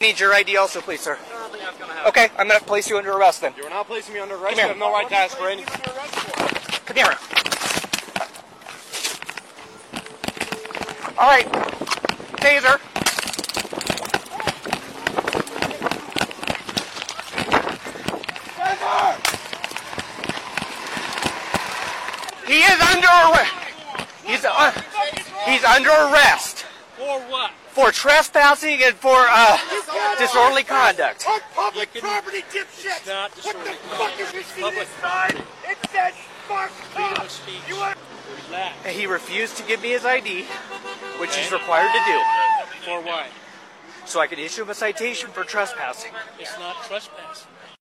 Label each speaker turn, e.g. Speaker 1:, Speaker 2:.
Speaker 1: Need your ID also, please, sir.
Speaker 2: I don't think that's gonna happen.
Speaker 1: Okay, I'm gonna place you under arrest then.
Speaker 2: You are not placing me under arrest.
Speaker 1: here.
Speaker 2: I have no right to ask for any.
Speaker 1: Come here. All right. Taser. He is under arrest. He's, uh, he's under arrest
Speaker 2: For what?
Speaker 1: for trespassing and for uh, disorderly conduct.
Speaker 3: On public
Speaker 2: You can-
Speaker 3: property, dipshits!
Speaker 2: not
Speaker 3: What the
Speaker 2: destroy the
Speaker 3: fuck is this see
Speaker 2: public
Speaker 3: this sign? It says fuck
Speaker 2: Freedom
Speaker 3: up!
Speaker 2: of speech.
Speaker 3: You are
Speaker 2: Relax.
Speaker 1: And he refused to give me his ID, which he's required to do.
Speaker 2: For what?
Speaker 1: so I could issue him a citation for trespassing.
Speaker 2: It's not trespassing.